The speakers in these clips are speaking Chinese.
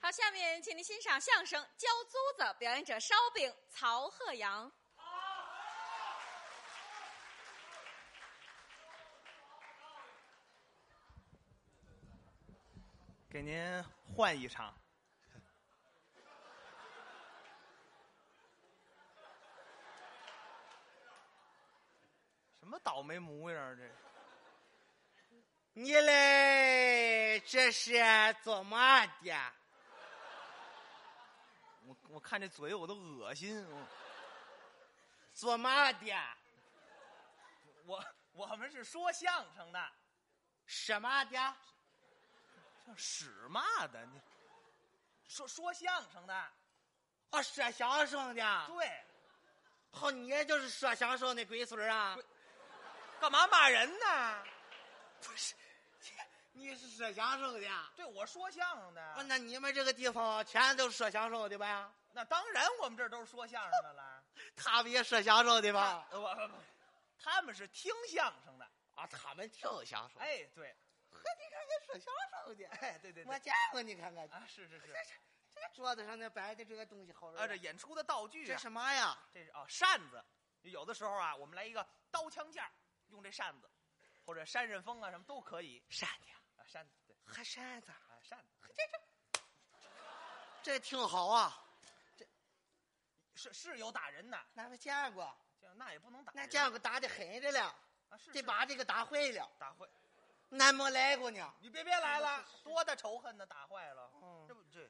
好，下面请您欣赏相声《教租子》，表演者烧饼曹鹤阳。给您换一场。 什么倒霉模样啊这？你嘞，这是做嘛的？我我看这嘴我都恶心。我做嘛的？我我们是说相声的，什么的？像屎嘛的你，说说相声的，哦，说相声的。对，好，你就是说相声的龟孙儿啊？干嘛骂人呢？不是，你是说相声的？对，我说相声啊，的，那你们这个地方全都是说相声的呗？那当然我们这儿都是说相声的啊了。他们也说相声的吧？我我我他们是听相声的。啊，他们听相声。，哎，对，呵，你看看说相声的，哎，对对我对，见过你看看，啊，是是是这，是这个桌子上那摆的这个东西好玩啊，这演出的道具这啊，什么呀？这是啊扇子，有的时候啊，我们来一个刀枪架，用这扇子，或者扇刃风啊，什么都可以扇子呀，啊，扇子对还扇子，啊，扇子这这这挺好啊，是是有打人的，那没见过，这样那也不能打人，那见过打的狠的了，啊是得是把这个打坏了，打坏，那没来过呢。你别别来了是是，是多大仇恨呢，打坏了，嗯这不对，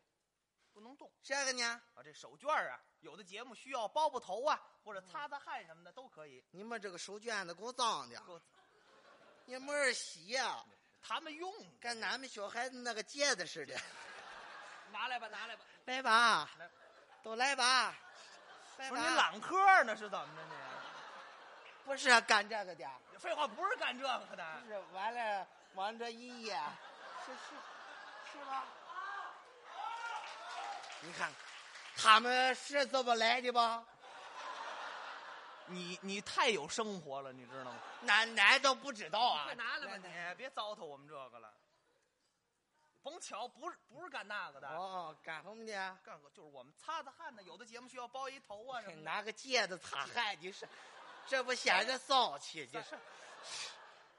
不能动这个呢，啊，这手绢儿啊，有的节目需要包包头啊，或者擦擦汗什么的都可以，你们这个手绢子够脏的给，我也没人洗呀、他们用跟咱们小孩子那个戒指似的。拿来吧，拿来吧，来吧来，都来吧，来不吧。是你揽客呢是怎么着呢？不是干这个的，废话，不是干这个的不。是完了往这一掖，是是是吧？你看，他们是这么来的吧？你你太有生活了，你知道吗？那难道不知道啊？快拿来吧那你，别糟蹋我们这个了。甭瞧，不是不是干那个的，哦，干什么的？干个就是我们擦擦汗呢。有的节目需要包一头啊什么的。拿个戒指擦汗，你是，这不显着骚气？这哎是，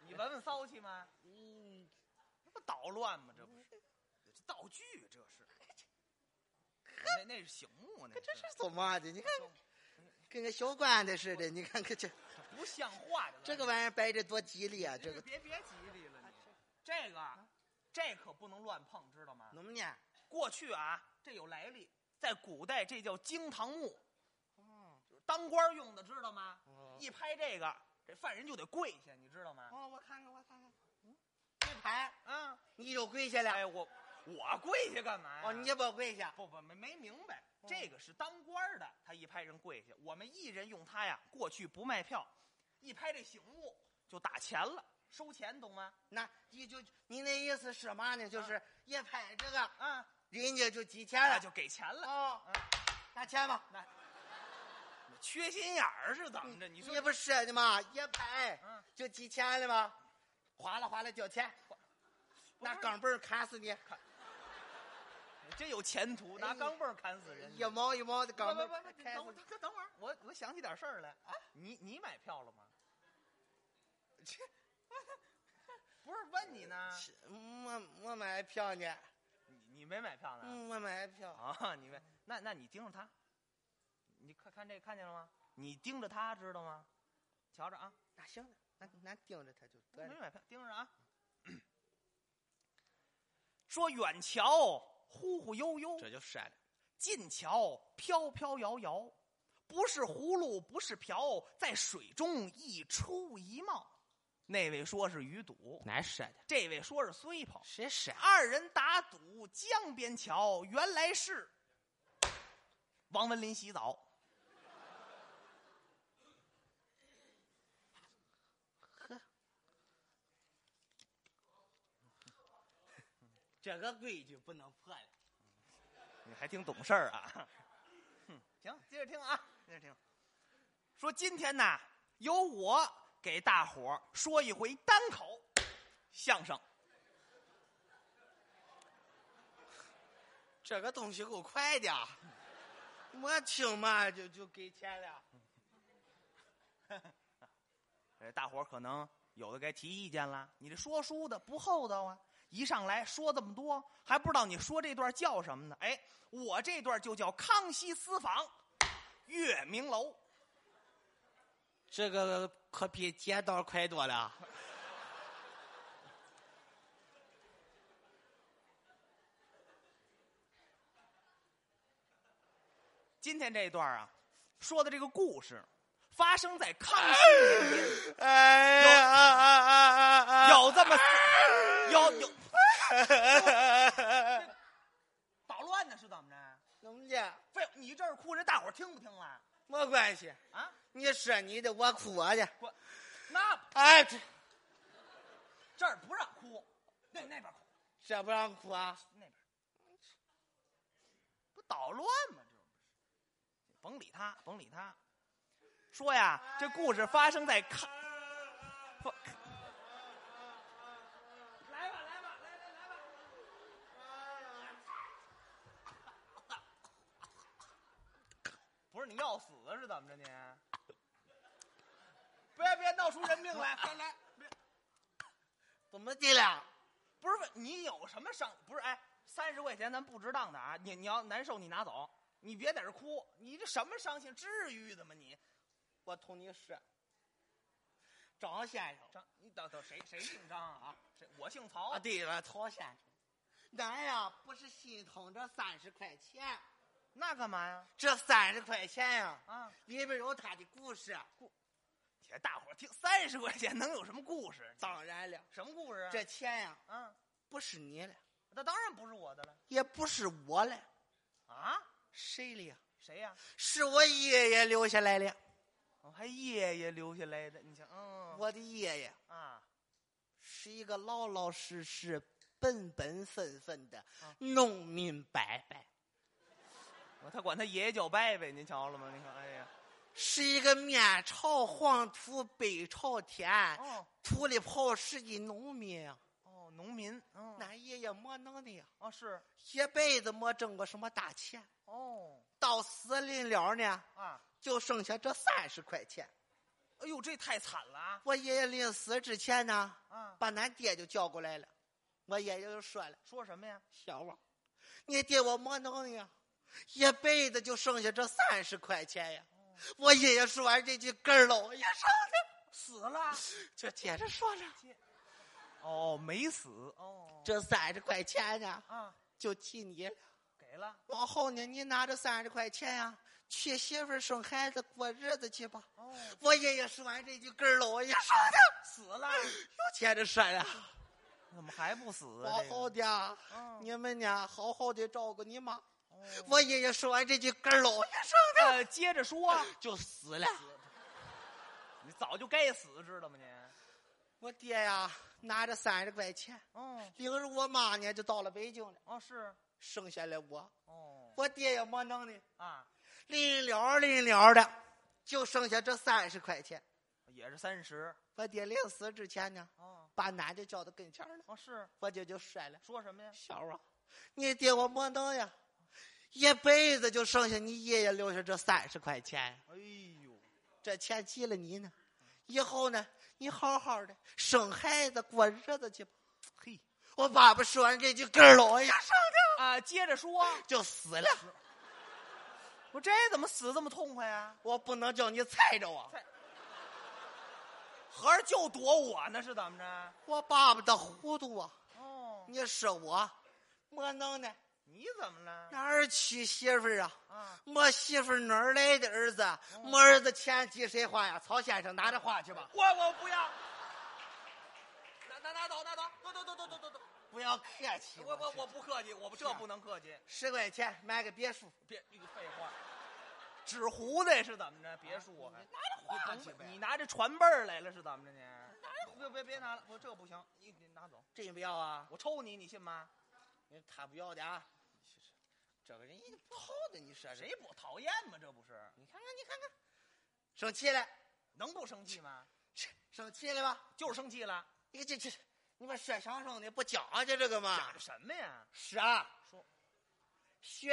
你闻闻骚气吗？嗯，这不捣乱吗？这不是，这道具啊这是。那那是醒目，那这是怎么的？你看，跟个小棺材似的。你看看这不像话的。这个玩意儿摆着多吉利啊！这个啊别别吉利了，你这个这可不能乱碰，知道吗？怎么呢？过去啊，这有来历，在古代这叫惊堂木，哦就是当官用的，知道吗？哦一拍这个，这犯人就得跪下，你知道吗？哦，我看看，我看看，嗯，一盘啊，你就跪下了。哎，我我跪下干嘛呀？哦，你哦也不跪下。不不没没明白，这个是当官的，他一拍人跪下，我们艺人用它呀，过去不卖票，一拍这醒目就打钱了，收钱，懂吗？那你就你那意思是嘛呢？就是一拍这个，啊，人家就几钱那了，就给钱了，哦，拿钱吧。那缺心眼儿是怎么着？你说你不是的吗？一拍嗯就几千了吗？哗啦哗啦掉钱，不是拿钢镚儿砍死你，真有前途，哎拿钢镚儿砍死人！一毛一毛的不钢镚不儿不，砍等会死儿你。，等会儿，我我想起点事儿来啊！你你买票了吗？不啊是问你呢，我我买票呢，你你没买票呢？嗯，我买票，啊，你没？那那你盯着他，你看看这看见了吗？你盯着他，知道吗？瞧着啊，那行，咱咱盯着他就得没了。买票，盯着啊。 说远瞧忽忽悠悠，就摔了。近瞧飘飘摇摇，不是葫芦不是瓢，在水中一出一冒。那位说是鱼肚，哪摔的？这位说是碎跑。谁摔？二人打赌江边瞧，原来是王文林洗澡。这个规矩不能破了。你还挺懂事儿啊！行，接着听啊，接着听。说今天呐，由我给大伙儿说一回单口相声。这个东西够快的，啊我听嘛就就给钱了。呃，大伙儿可能有的该提意见了。你这说书的不厚道啊！一上来说这么多，还不知道你说这段叫什么呢？哎，我这段就叫《康熙私访》，月明楼。这个可比剪刀快多了。今天这一段啊，说的这个故事，发生在康熙年间，哎呀啊有这么四有 有捣乱呢，是怎么着？怎么的？废，你这儿哭，人大伙儿听不听了没关系，啊？你说你的，我啊哭我的。我那哎，这这儿不让哭，那那边哭，这不让哭啊？那边不捣乱吗？这不是，甭理他，甭理他。说呀，这故事发生在康，不来吧，来吧，来来来吧。不是你要死啊是怎么着你？别别闹出人哎命来，来来，别怎么的了？不是你有什么伤？不是哎，三十块钱咱不值当的啊！你你要难受你拿走，你别在这哭，你这什么伤心？至于的吗你？我同你说，张先生张，你等等谁谁姓张啊？谁我姓曹啊，对了，曹先生，咱呀不是心疼这三十块钱，那干嘛呀？这三十块钱呀，啊，里边有他的故事。铁大伙儿听三十块钱能有什么故事？当然了，什么故事啊？这钱呀啊，不是你的，那当然不是我的了也不是我的，啊！谁的呀？谁呀、是我爷爷留下来的。我还爷爷留下来的，你想，嗯，我的爷爷啊，是一个老老实实、本本分分的啊农民伯伯，我他管他爷爷叫伯伯，您瞧了吗？你看，哎呀，是一个面朝黄土背朝天。哦土里刨食的农民啊，哦，农民，嗯，俺爷爷没能耐呀，哦是，一辈子没挣过什么大钱，哦到死临了呢，啊，就剩下这三十块钱。哎呦，这太惨了啊！我爷爷临死之前呢，啊，把俺爹就叫过来了，我爷爷就说了说什么呀？：“小王，你爹我没能耐呀，一辈子就剩下这三十块钱呀。”我爷爷说完这句哏儿喽，也上去死了？就接着说了，哦，没死，哦，这三十块钱呢，啊，就记你了。给了，往后呢，你拿着三十块钱呀、娶媳妇儿生孩子过日子去吧。哦，我爷爷说完这句哏儿喽，我一说的死了，又接着说呀，怎么还不死啊？好这好个，的啊，嗯你们呢好好的照顾你妈。哦我爷爷说完这句哏儿喽，一说呃，接着说，就死了。你早就该死，知道吗？你，我爹呀，拿着三十块钱，哦领着我妈呢就到了北京了，哦是，生下了我。哦我爹也没能耐，啊，临了临了的，就剩下这三十块钱。也是三十，我爹临死之前呢，哦把俺就叫到跟前儿了。哦是，我姐就摔了。说什么呀？小啊，你爹我没能呀，一辈子就剩下你爷爷留下这三十块钱，哎呦，这钱寄了你呢。以后呢，你好好的生孩子过日子去吧。嘿我爸爸说完这句哏儿喽，哎呀，上去啊，接着说，就死了。我这怎么死这么痛快啊呀？我不能叫你猜着啊！合着就躲我呢，是怎么着？我爸爸的糊涂啊！哦，你说我没能耐，你怎么了？哪儿娶媳妇儿啊？啊，没媳妇儿哪儿来的儿子？没儿子钱替谁花呀？曹先生拿着花去吧。我我不要，拿拿拿走拿走，走走走走走走走，不要客气，我我我不客气，我不这不能客气，十块钱买个别墅，别你个废话。纸糊的是怎么着？别说我还拿着花去呗你拿这船辈儿来了是怎么着？你别别别拿了，我这不行，你你拿走，真不要啊？我抽你，你信吗？他不要的啊！这个人一不好的，你说谁不讨厌吗？这不是你看看，你看看，生气了，能不生气吗？切生气了吧？就是生气了，你这这，啊你把说相声的不讲究这个嘛讲？什么呀？是啊，说学、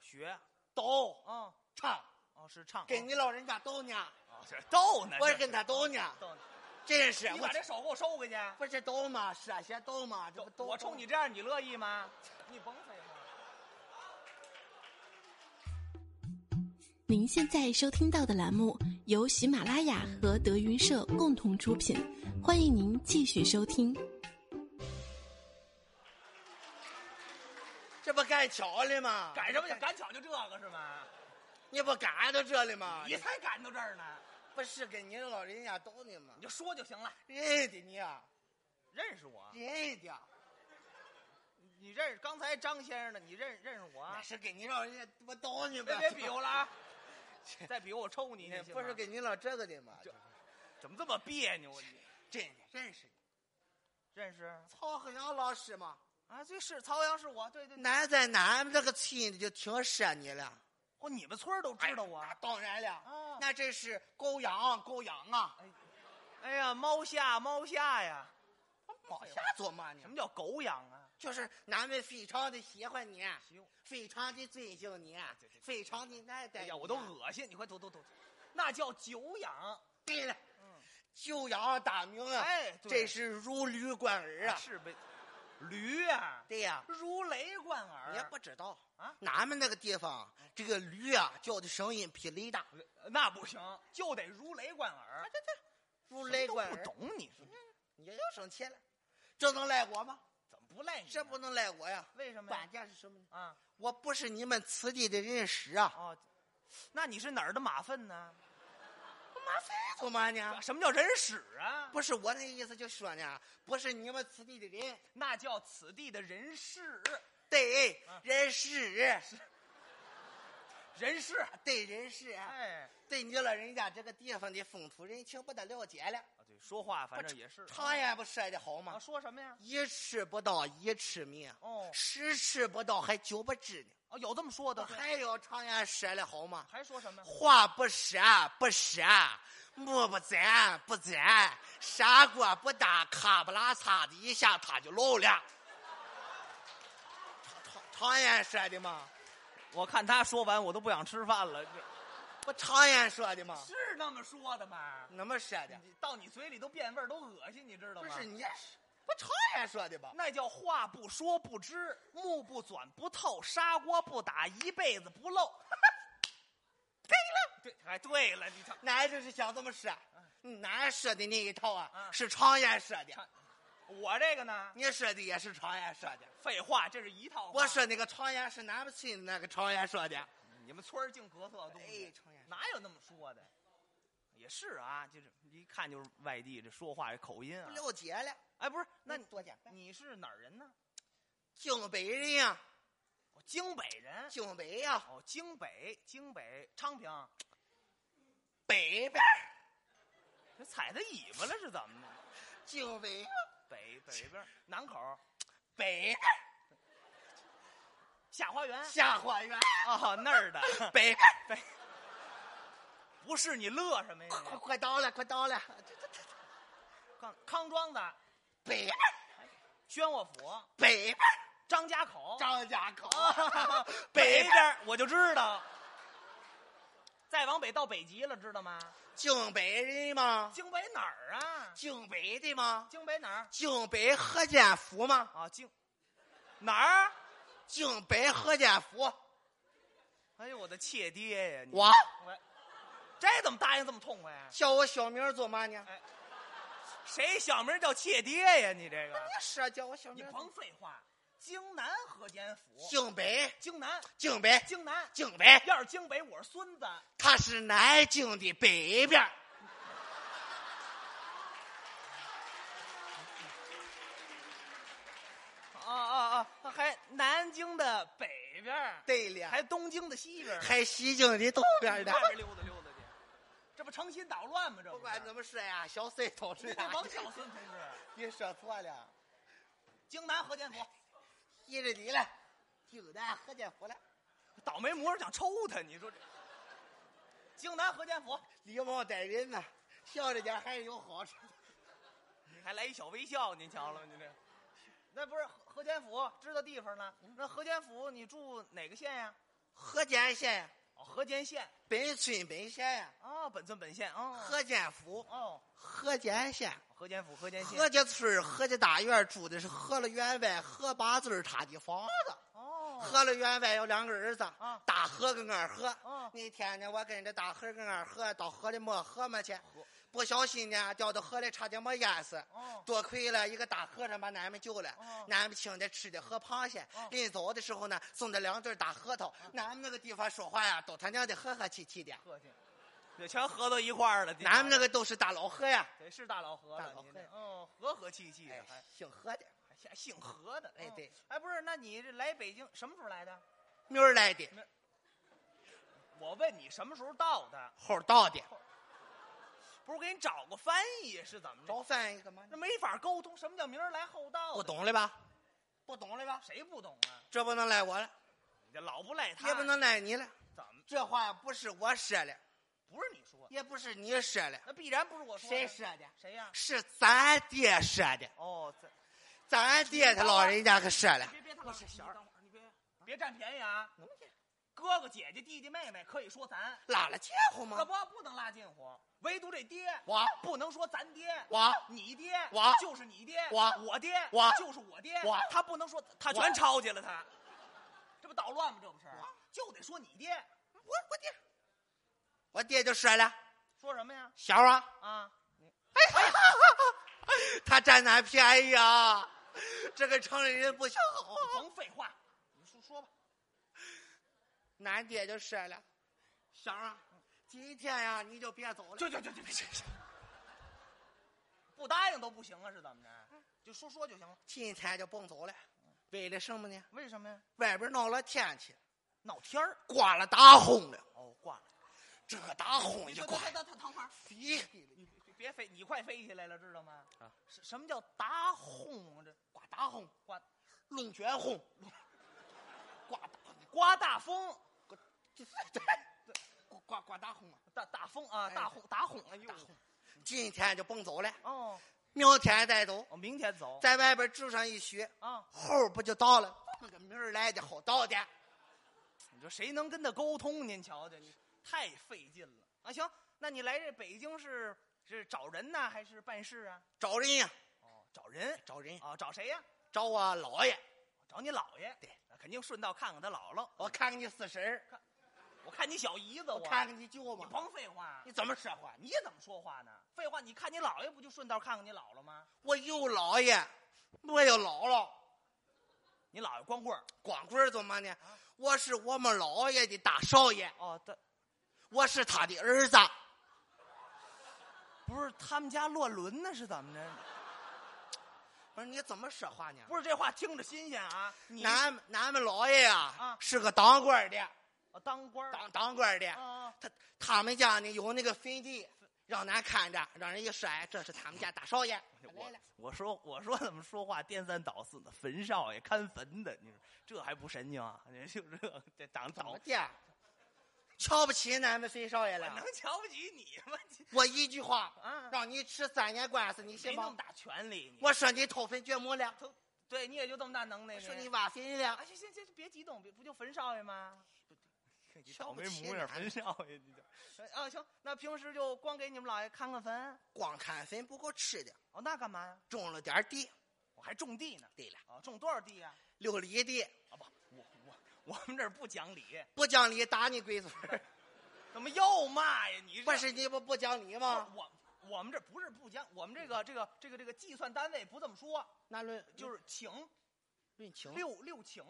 学抖、哦唱，哦是唱，给你老人家逗呢，哦这逗呢，我这跟他逗呢，逗呢，真是你我把这手给我收回去。不是逗吗？是些逗吗？这不逗？我冲你这样，你乐意吗？ 你甭废话。您现在收听到的栏目由喜马拉雅和德云社共同出品，欢迎您继续收听。这不赶巧了吗？ 赶什么去？赶巧就这个是吗？你不赶到这里吗？你才赶到这儿呢，不是跟您老人家逗你吗你？就说就行了。认得你啊，认识我？认得，你认识刚才张先生的？你认认识我啊那？是给您老人家我逗你别别呗。比 划了啊！再比划我抽你！不是给您老这个的吗？这怎么这么别扭啊？你真的认识你，认识曹鹤阳老师吗？啊？对，是曹阳是我，对对。难在咱们这个村里就挺舍你了，哦，你们村儿都知道我哎。那当然了，哦那真是狗养狗养啊，哎呀，猫下猫下呀！往下琢磨什么呢。叫狗养啊？就是咱们非常的喜欢你，行，非常的尊敬你，啊非常的爱戴哎你。啊呀，我都恶心！你快吐吐吐！那叫久仰。对了，嗯，久仰大名啊，哎，对哎这是如驴贯耳啊。是呗，驴啊，对呀、如雷贯耳。你也不知道哎啊哎咱们那个地方这个驴啊叫的声音比雷大，那不行，就得如雷贯耳。这啊如雷贯耳嗯不。懂你，你又生气了，这能赖我吗？怎么不赖你呢？啊这不能赖我呀。为什么哎呀关？键是什么呢？啊我不是你们此地的人使啊，哦，那你是哪儿的马粪呢？马哎粪干嘛呢？什么叫人屎啊？不是我那意思，就说呢，不是你们此地的人，那叫此地的人事，对啊人是，人事。对人啊是，哎，对你老人家这个地方的风土人情不得了解了。啊对，说话反正也是。常言不说的好啊，吗？说什么呀？一吃不到一吃米，啊哦十吃不到还九不知呢。哦，有这么说的，还要常言说了好吗？还说什么呀？话不说不说，目不转不转，砂锅不打卡不拉嚓的一下他就老了。常常言说的嘛，我看他说完，我都不想吃饭了。这不常言说的嘛，是那么说的吗？那么说的，你到你嘴里都变味儿，都恶心，你知道不吗？是你也是不常言说的吧？那叫话不说不知，目不转不透，砂锅不打一辈子不 漏。对了，对，哎，对了，你瞧，俺就是想这么嗯说，俺说的那一套啊嗯，是常言说的常，我这个呢，你说的也是常言说的。废话，这是一套话。我说那个常言是俺们村的那个常言说的，你们村儿净格色东西，哎常言哪有那么说的？也是啊，就是一看就是外地，这说话这口音不啊。了解了。嗯哎，不是，那你多简单。你是哪儿人呢？京北人呀，哦京北人。京北呀，哦，京北，京北，昌平，北边这踩他尾巴了是怎么的？京北北北边儿南口儿北下花园。下花园，哦，那儿的北北，不是你乐什么呀快你？快到了，快到了，康康庄的、北宣沃府、北边张家口，张哦家口 啊，北边儿我就知道。再往北到北极了，知道吗？京北人吗？京北哪儿啊？京北的吗？京北哪儿？京北河间府吗？啊，京哪儿？京北河间府，哎呦，我的切爹呀！你我喂这怎么答应这么痛快啊？叫我小名做嘛呢？谁小名叫切爹呀？你这个，你说叫我小你名？甭废话。京南河间府，京北，京南，京北，京南，京北，要是京北，我是孙子。它是南京的北边。啊啊啊！还南京的北边儿，对了，还东京的西边儿，还西京的东边你的。外边溜达溜达去，这不成心捣乱吗？这 不管怎么，么说呀，小孙都是你呀这，甭小孙同志，你说错了，京南河间府，记着你了，京南河间府了，倒霉模想抽他，你说这。京南河间府，礼貌待人呐，笑着点还是有好处。你还来一小微笑，您瞧了吗？您这，那不是河河间府知道地方呢。那河间府你住哪个县呀？河间县呀，哦，河间县本村本县呀，哦，本村本县哦，河间府，哦，河间县，河间府河间县何家村何家大院住的是何了员外何八字儿他的房子。哦，何了员外有两个儿子啊，大河跟二河。哦那天呢，我跟着大河跟二河到河里摸河嘛去，不小心呢掉到河里，差点没淹死。哦多亏了一个大和尚把俺们救了哦，俺们请的吃的河螃蟹哦，临走的时候呢送的两对大核桃。俺们那个地方说话呀，都他娘的和和气气的，客气，这全合到一块儿了。俺们那个都是大老和呀，得是大老河大了，老您河这哦，和和气气的，哎还，姓何的，还还姓何的，哎哦对，哎不是，那你这来北京什么时候来的？明儿来的，我问你什么时候到的？后到的，不是给你找个翻译是怎么着？找翻译干嘛呢那？没法沟通，什么叫明儿来后到？嗯不，懂了吧？不懂了吧？谁不懂啊？这不能赖我了，你这老不赖他，也不能赖你了。怎么这话不是我说的，不是你说的？也不是你说的，那必然不是我说的。谁说的？谁呀？是咱爹说的，哦，这咱爹他老人家可说了。别别，不是小儿，你别别占便宜啊！哥哥姐姐弟弟妹妹可以说咱，拉了近乎可吗？不不能拉近乎，唯独这爹，我不能说咱爹，我你爹，我就是你爹，我我爹，我就是我爹，我他不能说他我全抄去了，他这不捣乱吗？这不是，就得说你爹，我我爹，我爹就说了，说什么呀？小啊，啊， 他占咱便宜啊，这个城里人不孝你啊。甭废话，你说说吧，俺爹就说了，小啊，今天呀、你就别走了，就就就就别别别，不答应都不行啊，是怎么着？嗯就说说就行了，今天就甭走了。为了什么呢？为什么呀？外边闹了天气，闹天儿，刮了大风了。哦，挂了。这个大风一等刮，等等等会儿，咦，你别飞，你快飞起来了，知道吗？啊，什什么叫打轰啊？这刮大风，刮龙卷风，刮大刮大风，刮刮刮大风啊！大大风啊，哎大轰打轰哎呦大风今天就甭走了，哦，明天再走，我明天走在外边住上一宿，啊。后儿不就到了？那个明儿来的好到的。你说谁能跟他沟通？您瞧瞧，你太费劲了啊！行，那你来这北京是是找人呢，还是办事啊？找人呀，哦，找人找人，啊，找谁呀、找我姥爷，找你姥爷。对，肯定顺道看看他姥姥。我看看你四婶儿，我看你小姨子，我我看看你舅你妈，甭废话，你怎么说话？你怎么说话呢？废话，你看你姥爷不就顺道看看你姥姥吗？我有姥爷，我有姥姥，你姥爷光棍儿光棍儿怎么呢？我是我们姥爷的大少爷，哦，对，我是他的儿子。不是他们家乱伦呢，是怎么着？不是你怎么说话呢？不是这话听着新鲜啊！你俺们俺们姥爷呀啊，是个当官儿的，哦当官儿当当官儿的。啊，他他们家呢有那个坟地，让咱看着，让人一说，哎这是他们家大少爷。来我来，我说我说怎么说话颠三倒四的，坟少爷看坟的，你说这还不神经啊？人就这这当怎么倒，的？瞧不起咱们肥少爷我了？ 能瞧不起你吗？你我一句话啊让你吃三年官司，你没信那么吗？大权利，你我说你偷坟掘墓了，对你也就这么大能耐，我说你挖坟了啊，，行行行，别激动，别不就坟少爷吗？你瞧倒不霉起模你样，坟少爷， 你这啊行，那平时就光给你们姥爷看看坟，光看坟不够吃的，哦，那干嘛呀？种了点地。我还种地呢，对了，啊，种多少地呀？六里地，啊不，我我我们这儿不讲理，不讲理打你龟孙儿，怎么又骂呀？你这不是你不不讲理不是 吗？我我们这不是不讲，我们这个这个这个这个计算单位不这么说，那论就是请论情六六请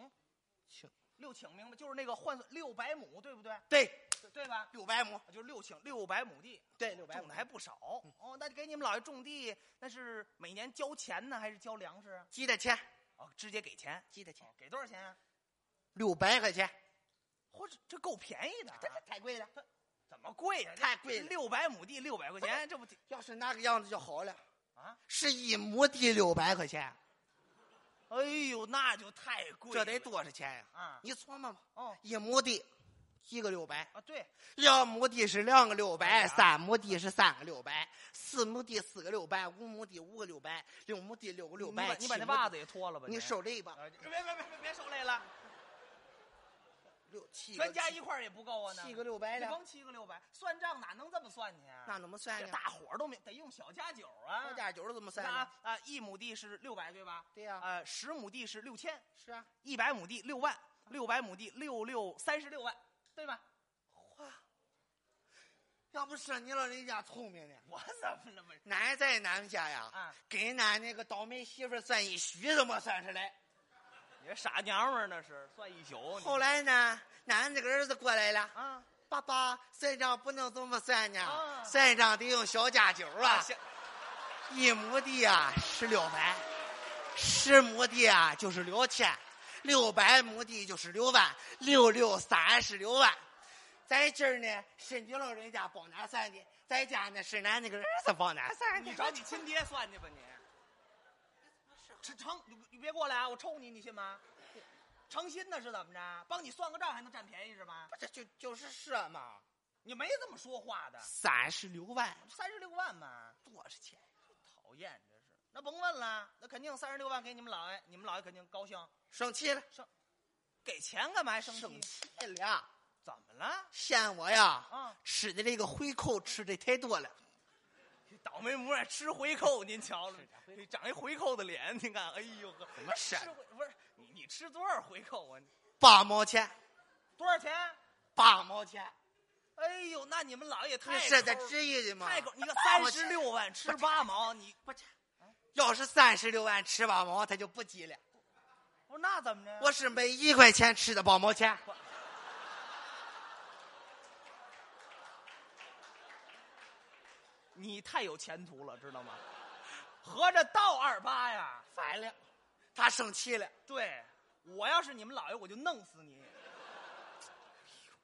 请六嗯请，明白？就是那个换算六百亩，对不对？对对对吧？六百亩，就是六顷六百亩地，对六百种亩的还不少哦。那就给你们姥爷种地，那是每年交钱呢，还是交粮食啊？鸡的钱，哦，直接给钱，鸡的钱哦，给多少钱啊？六百块钱，嚯，这这够便宜的啊、这这太贵了。怎么贵呀、太贵了六百亩地六百块 钱，这不挺 要是那个样子就好了，啊？是一亩地六百块钱，哎呦，那就太贵了，这得多少钱呀、啊！你琢磨吧，哦，一亩地一个六百，啊，对，两亩地是两个六哎百，呀三亩地是三个六百，四亩地四个六百，五亩地五个六百，六亩地六个六你把百。你把七那亩地袜子也脱了吧，你手累吧？啊，别别别别别受累了，六七个全家七一块儿也不够啊呢，七个六百你了，甭七个六百，算账哪能这么算去啊？那怎么算这呢？大伙儿都没得用小加九啊，加九是怎么你算看呢？啊啊，一亩地是六百对吧？对啊呀，呃，十亩地是六千，是啊，一百亩地六万，六百亩地六六三十六万，对吧？ 要不是你老人家聪明呢，我怎么那么难在咱们家呀，啊？跟俺那个倒霉媳妇儿算一宿都没算出来。你这傻娘们儿那是算一宿。后来呢，俺这个儿子过来了，啊爸爸算账不能这么算呢，啊算账得用小加九啊。行一亩地啊是六百，十亩地啊就是六千，六百亩地就是六万，六六三十六万。咱今儿呢是你老人家帮咱算的，在家呢是俺那个儿子帮咱算的。你找你亲爹算去吧你。成成，你你别过来啊！我抽你，你信吗？成心的是怎么着？帮你算个账还能占便宜是吧？不是就就是是嘛，你没这么说话的，三十六万三十六万嘛，多少钱？讨厌，这是。那甭问了，那肯定三十六万给你们老爷，你们老爷肯定高兴。生气了，给钱干嘛还生生气？气了，怎么了？嫌我呀啊，吃的这个回扣吃的太多了。这倒霉模样吃回扣，您瞧了，你长一回扣的脸，您看，哎呦呵，怎么吃闪回不是你你吃多少回扣啊？八毛钱，多少钱？八毛钱，哎呦，那你们老爷太是的抠至于的吗？太狗，你个八三毛十钱六万吃八毛，你不是，要是三十六万吃八毛，他就不急了。我说那怎么着？我是每一块钱吃的八毛钱，你太有前途了，知道吗？合着到二八呀？烦了，他生气了。对，我要是你们老爷，我就弄死你。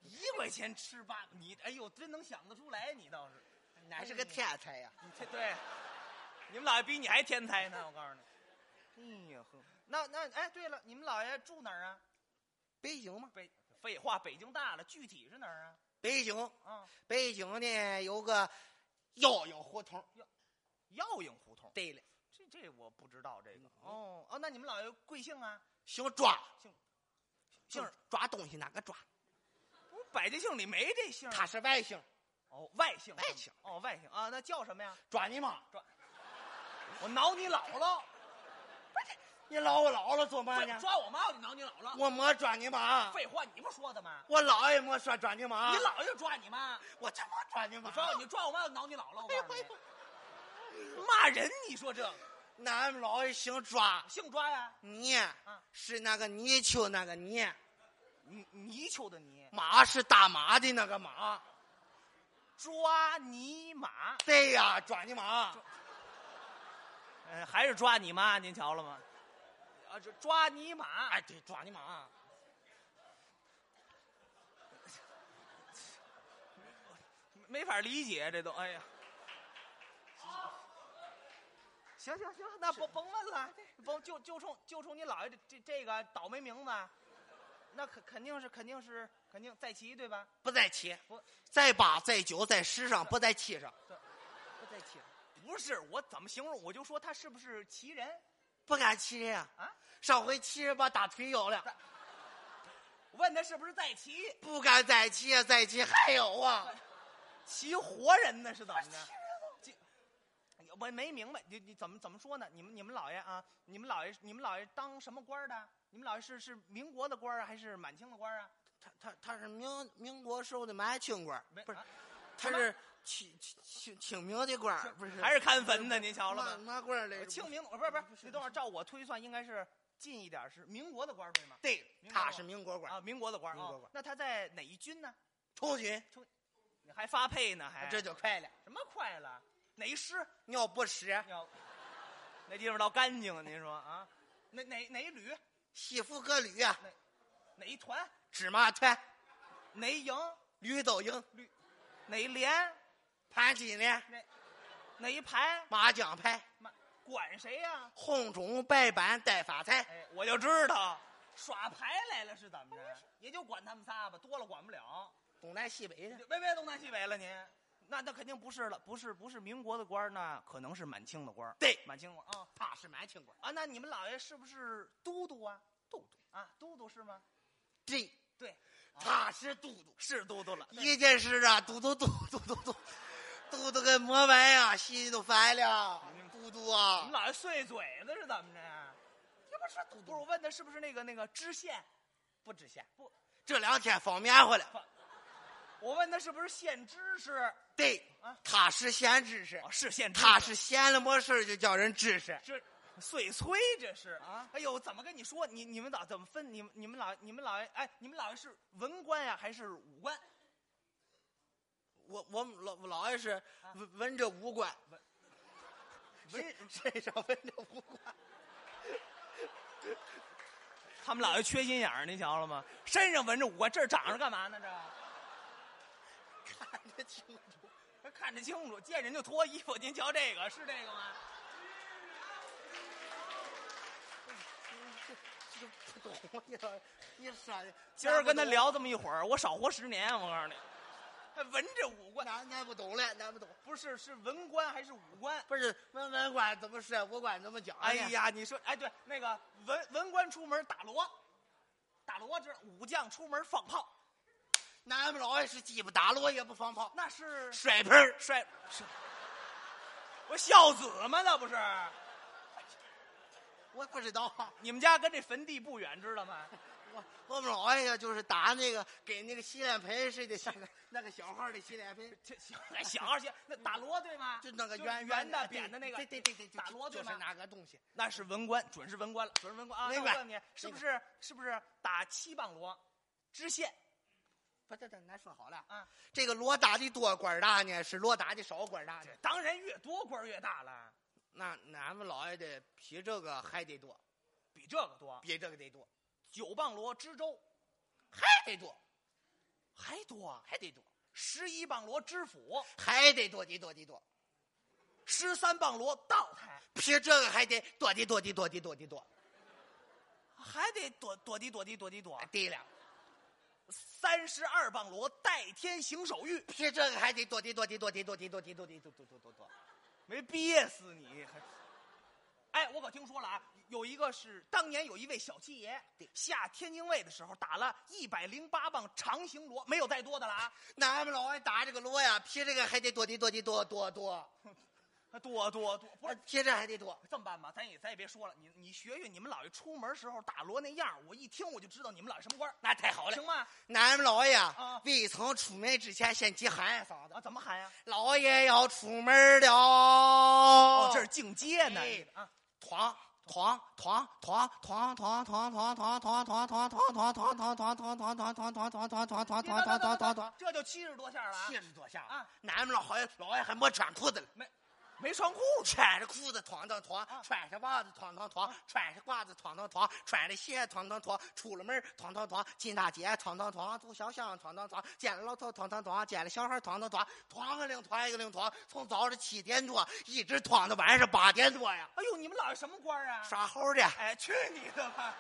一块钱吃八，你哎呦，真能想得出来，你倒是，哎俺是个天才呀、你这对，你们老爷比你还天才呢，我告诉你。哎呀呵，那那哎，对了，你们老爷住哪儿啊？北京嘛，北，废话，北京大了，具体是哪儿啊？北京，啊，北京呢有个耀阳胡同。药营胡同。对了，这这我不知道这个。哦哦，那你们老爷贵姓啊？姓抓，姓儿抓东西哪个抓？不是百家姓里没这姓儿。他是外姓，哦，外姓。外姓。哦，外姓啊，那叫什么呀？抓你妈！我挠你姥姥，哎你老我姥姥做嘛抓呢？抓我妈我就挠你姥姥。我没抓你妈，废话，你不说的吗？我姥爷没说抓你妈，你姥爷抓你妈，我这没抓你妈你。抓我，你抓我妈我挠你姥姥。我告诉你，骂人，你说这俺们姥爷姓抓，姓抓呀？你是那个泥鳅那个泥，泥泥鳅的泥，马是大马的那个马。抓你马，对呀、抓你马！嗯，还是抓你妈，您瞧了吗？啊，这抓你马，哎，对，抓你马！ 没法理解，这都哎呀。行行行，那甭甭问了，甭就就冲就冲你姥爷这这这个倒霉名字，那肯肯定是肯定是肯定在齐对吧？不在七不，在八，在九，在十上，不在七上，不在齐，不是我怎么形容？我就说他是不是齐人？不敢骑人呀！啊，上回骑人把大腿咬了，我问他是不是在齐？不敢再骑呀，再骑还有啊！骑活人呢是怎么着？这我没明白，你你怎么怎么说呢？你们你们老爷啊，你们老爷你们老爷当什么官儿的？你们老爷是是民国的官儿啊，还是满清的官儿啊？他他他是民民国时候的满清官，没不是啊，他是清清清清明的官儿，不是还是看坟的，您瞧了嘛吗？嘛官儿来着？清明，不是不是，你等会儿照我推算，应该是近一点儿是民国的官儿对吗？对，民国他官是民国官儿，啊，民国的官儿民国哦官儿那他在哪一军呢？充军，你还发配呢？还啊这就快了。什么快了？哪一师？尿不湿，要那地方倒干净啊！您说啊？哪哪哪一旅？西服革履啊，哪一团？芝麻团，哪一营？绿豆营，哪一连？盘金莲，哪一排？麻将牌，妈管谁呀、红中白板带发财，哎，我就知道，耍牌来了是怎么着？也就管他们仨吧，多了管不了。东南西北的，别别东南西北了你，那那肯定不是了，不是不是民国的官儿，那可能是满清的官儿。对满清官啊他是满清官。啊，那你们老爷是不是都督啊？都督啊，都督是吗？对，对，啊他是都督。是都督了。一件事啊，嘟嘟嘟嘟嘟嘟，嘟嘟跟魔白呀、心都烦了。嘟嘟你们啊，老爷碎嘴子是怎么着呀？这不是都督？不是我问的是不是那个那个知县？不知县不，这两天放棉花了。我问他是不是县知事？对啊，他是闲知识，哦，是县知事。他是闲了没事儿就叫人知识。这碎催这是啊！哎呦，怎么跟你说？你你们老怎么分？你们你们老你们老哎，你们老是文官呀、还是武官？我我们老老爷是闻闻着武官，文身上闻着武官，他们老爷缺心眼儿，您瞧了吗？身上纹着武官，这儿长着干嘛呢？这 看得清楚。这看着清楚，见人就脱衣服。您瞧这个是这个吗？这不懂你老你啥？今儿跟他聊这么一会儿，我少活十年，我告诉你。还纹着武官，难，难不懂了，难不懂。不是是文官还是武官？不是文文官怎么说，武官怎么讲呢？哎呀，你说哎对，那个文文官出门打锣，打锣知道武将出门放炮，俺们老爷是鸡巴打锣也不放炮，那是摔盆儿。摔，是我孝子吗？那不是？我不知道，你们家跟这坟地不远，知道吗？我我们老爷呀，就是打那个给那个洗脸盆似的，像个那个小号的洗脸盆，这小还小二小，那打锣对吗？就那个就圆圆的的、扁的那个，对对对对，就打锣对就吗是那个东西。那是文官，准是文官了，准是文官啊！那文我官问你，是不是是不是打七磅锣，知县？不是，咱咱说好了啊，这个锣打的多官儿大呢，是锣打的少官儿大呢这。当然越多官儿越大了，那俺们老爷的比这个还得多，比这个多。比这个得多，九磅锣知州还得多，还多，还得多，十一磅锣知府，还得多的多的多，十三磅锣道台，比这个还得多的多的多的多的多。哎还得躲躲地躲地躲地躲啊。对了，三十二磅锣代天行手狱，比这个还得多的多的多的多的多的多的多多多多多。没憋死你！还哎，我可听说了啊，有一个是当年有一位小七爷下天津卫的时候打了一百零八磅长形锣，没有再多的了啊！那俺们老爷打这个锣呀，比这个还得多的多的多多多，多多多，不是比这还得多。这么办吧？咱也咱也别说了，你你学学你们老爷出门时候打锣那样儿，我一听我就知道你们老爷什么官儿，那太好了行吗？那俺们老爷呀啊，未曾出门之前先急喊一嗓哎子啊，。怎么喊呀、老爷要出门了。哦哦，这是进阶呢、哎啊！团团团团团团团团团团团团团团团团团团团团团团团团团团团团团团，这就七十多下了啊！七十多下啊！俺们老好像老爷还没穿裤子了，没没穿裤子，穿着裤子团团团，穿着袜子团团团，穿着褂子团团团，穿着鞋团团团，出了门团团团，进大街团团团，走小巷团团团，见了老头团团团，见了小孩团团团，团个零团一个零团，从早上七点多一直团到晚上八点多呀，哎呦，你们老爷什么官儿啊？耍猴的。哎，去你的吧！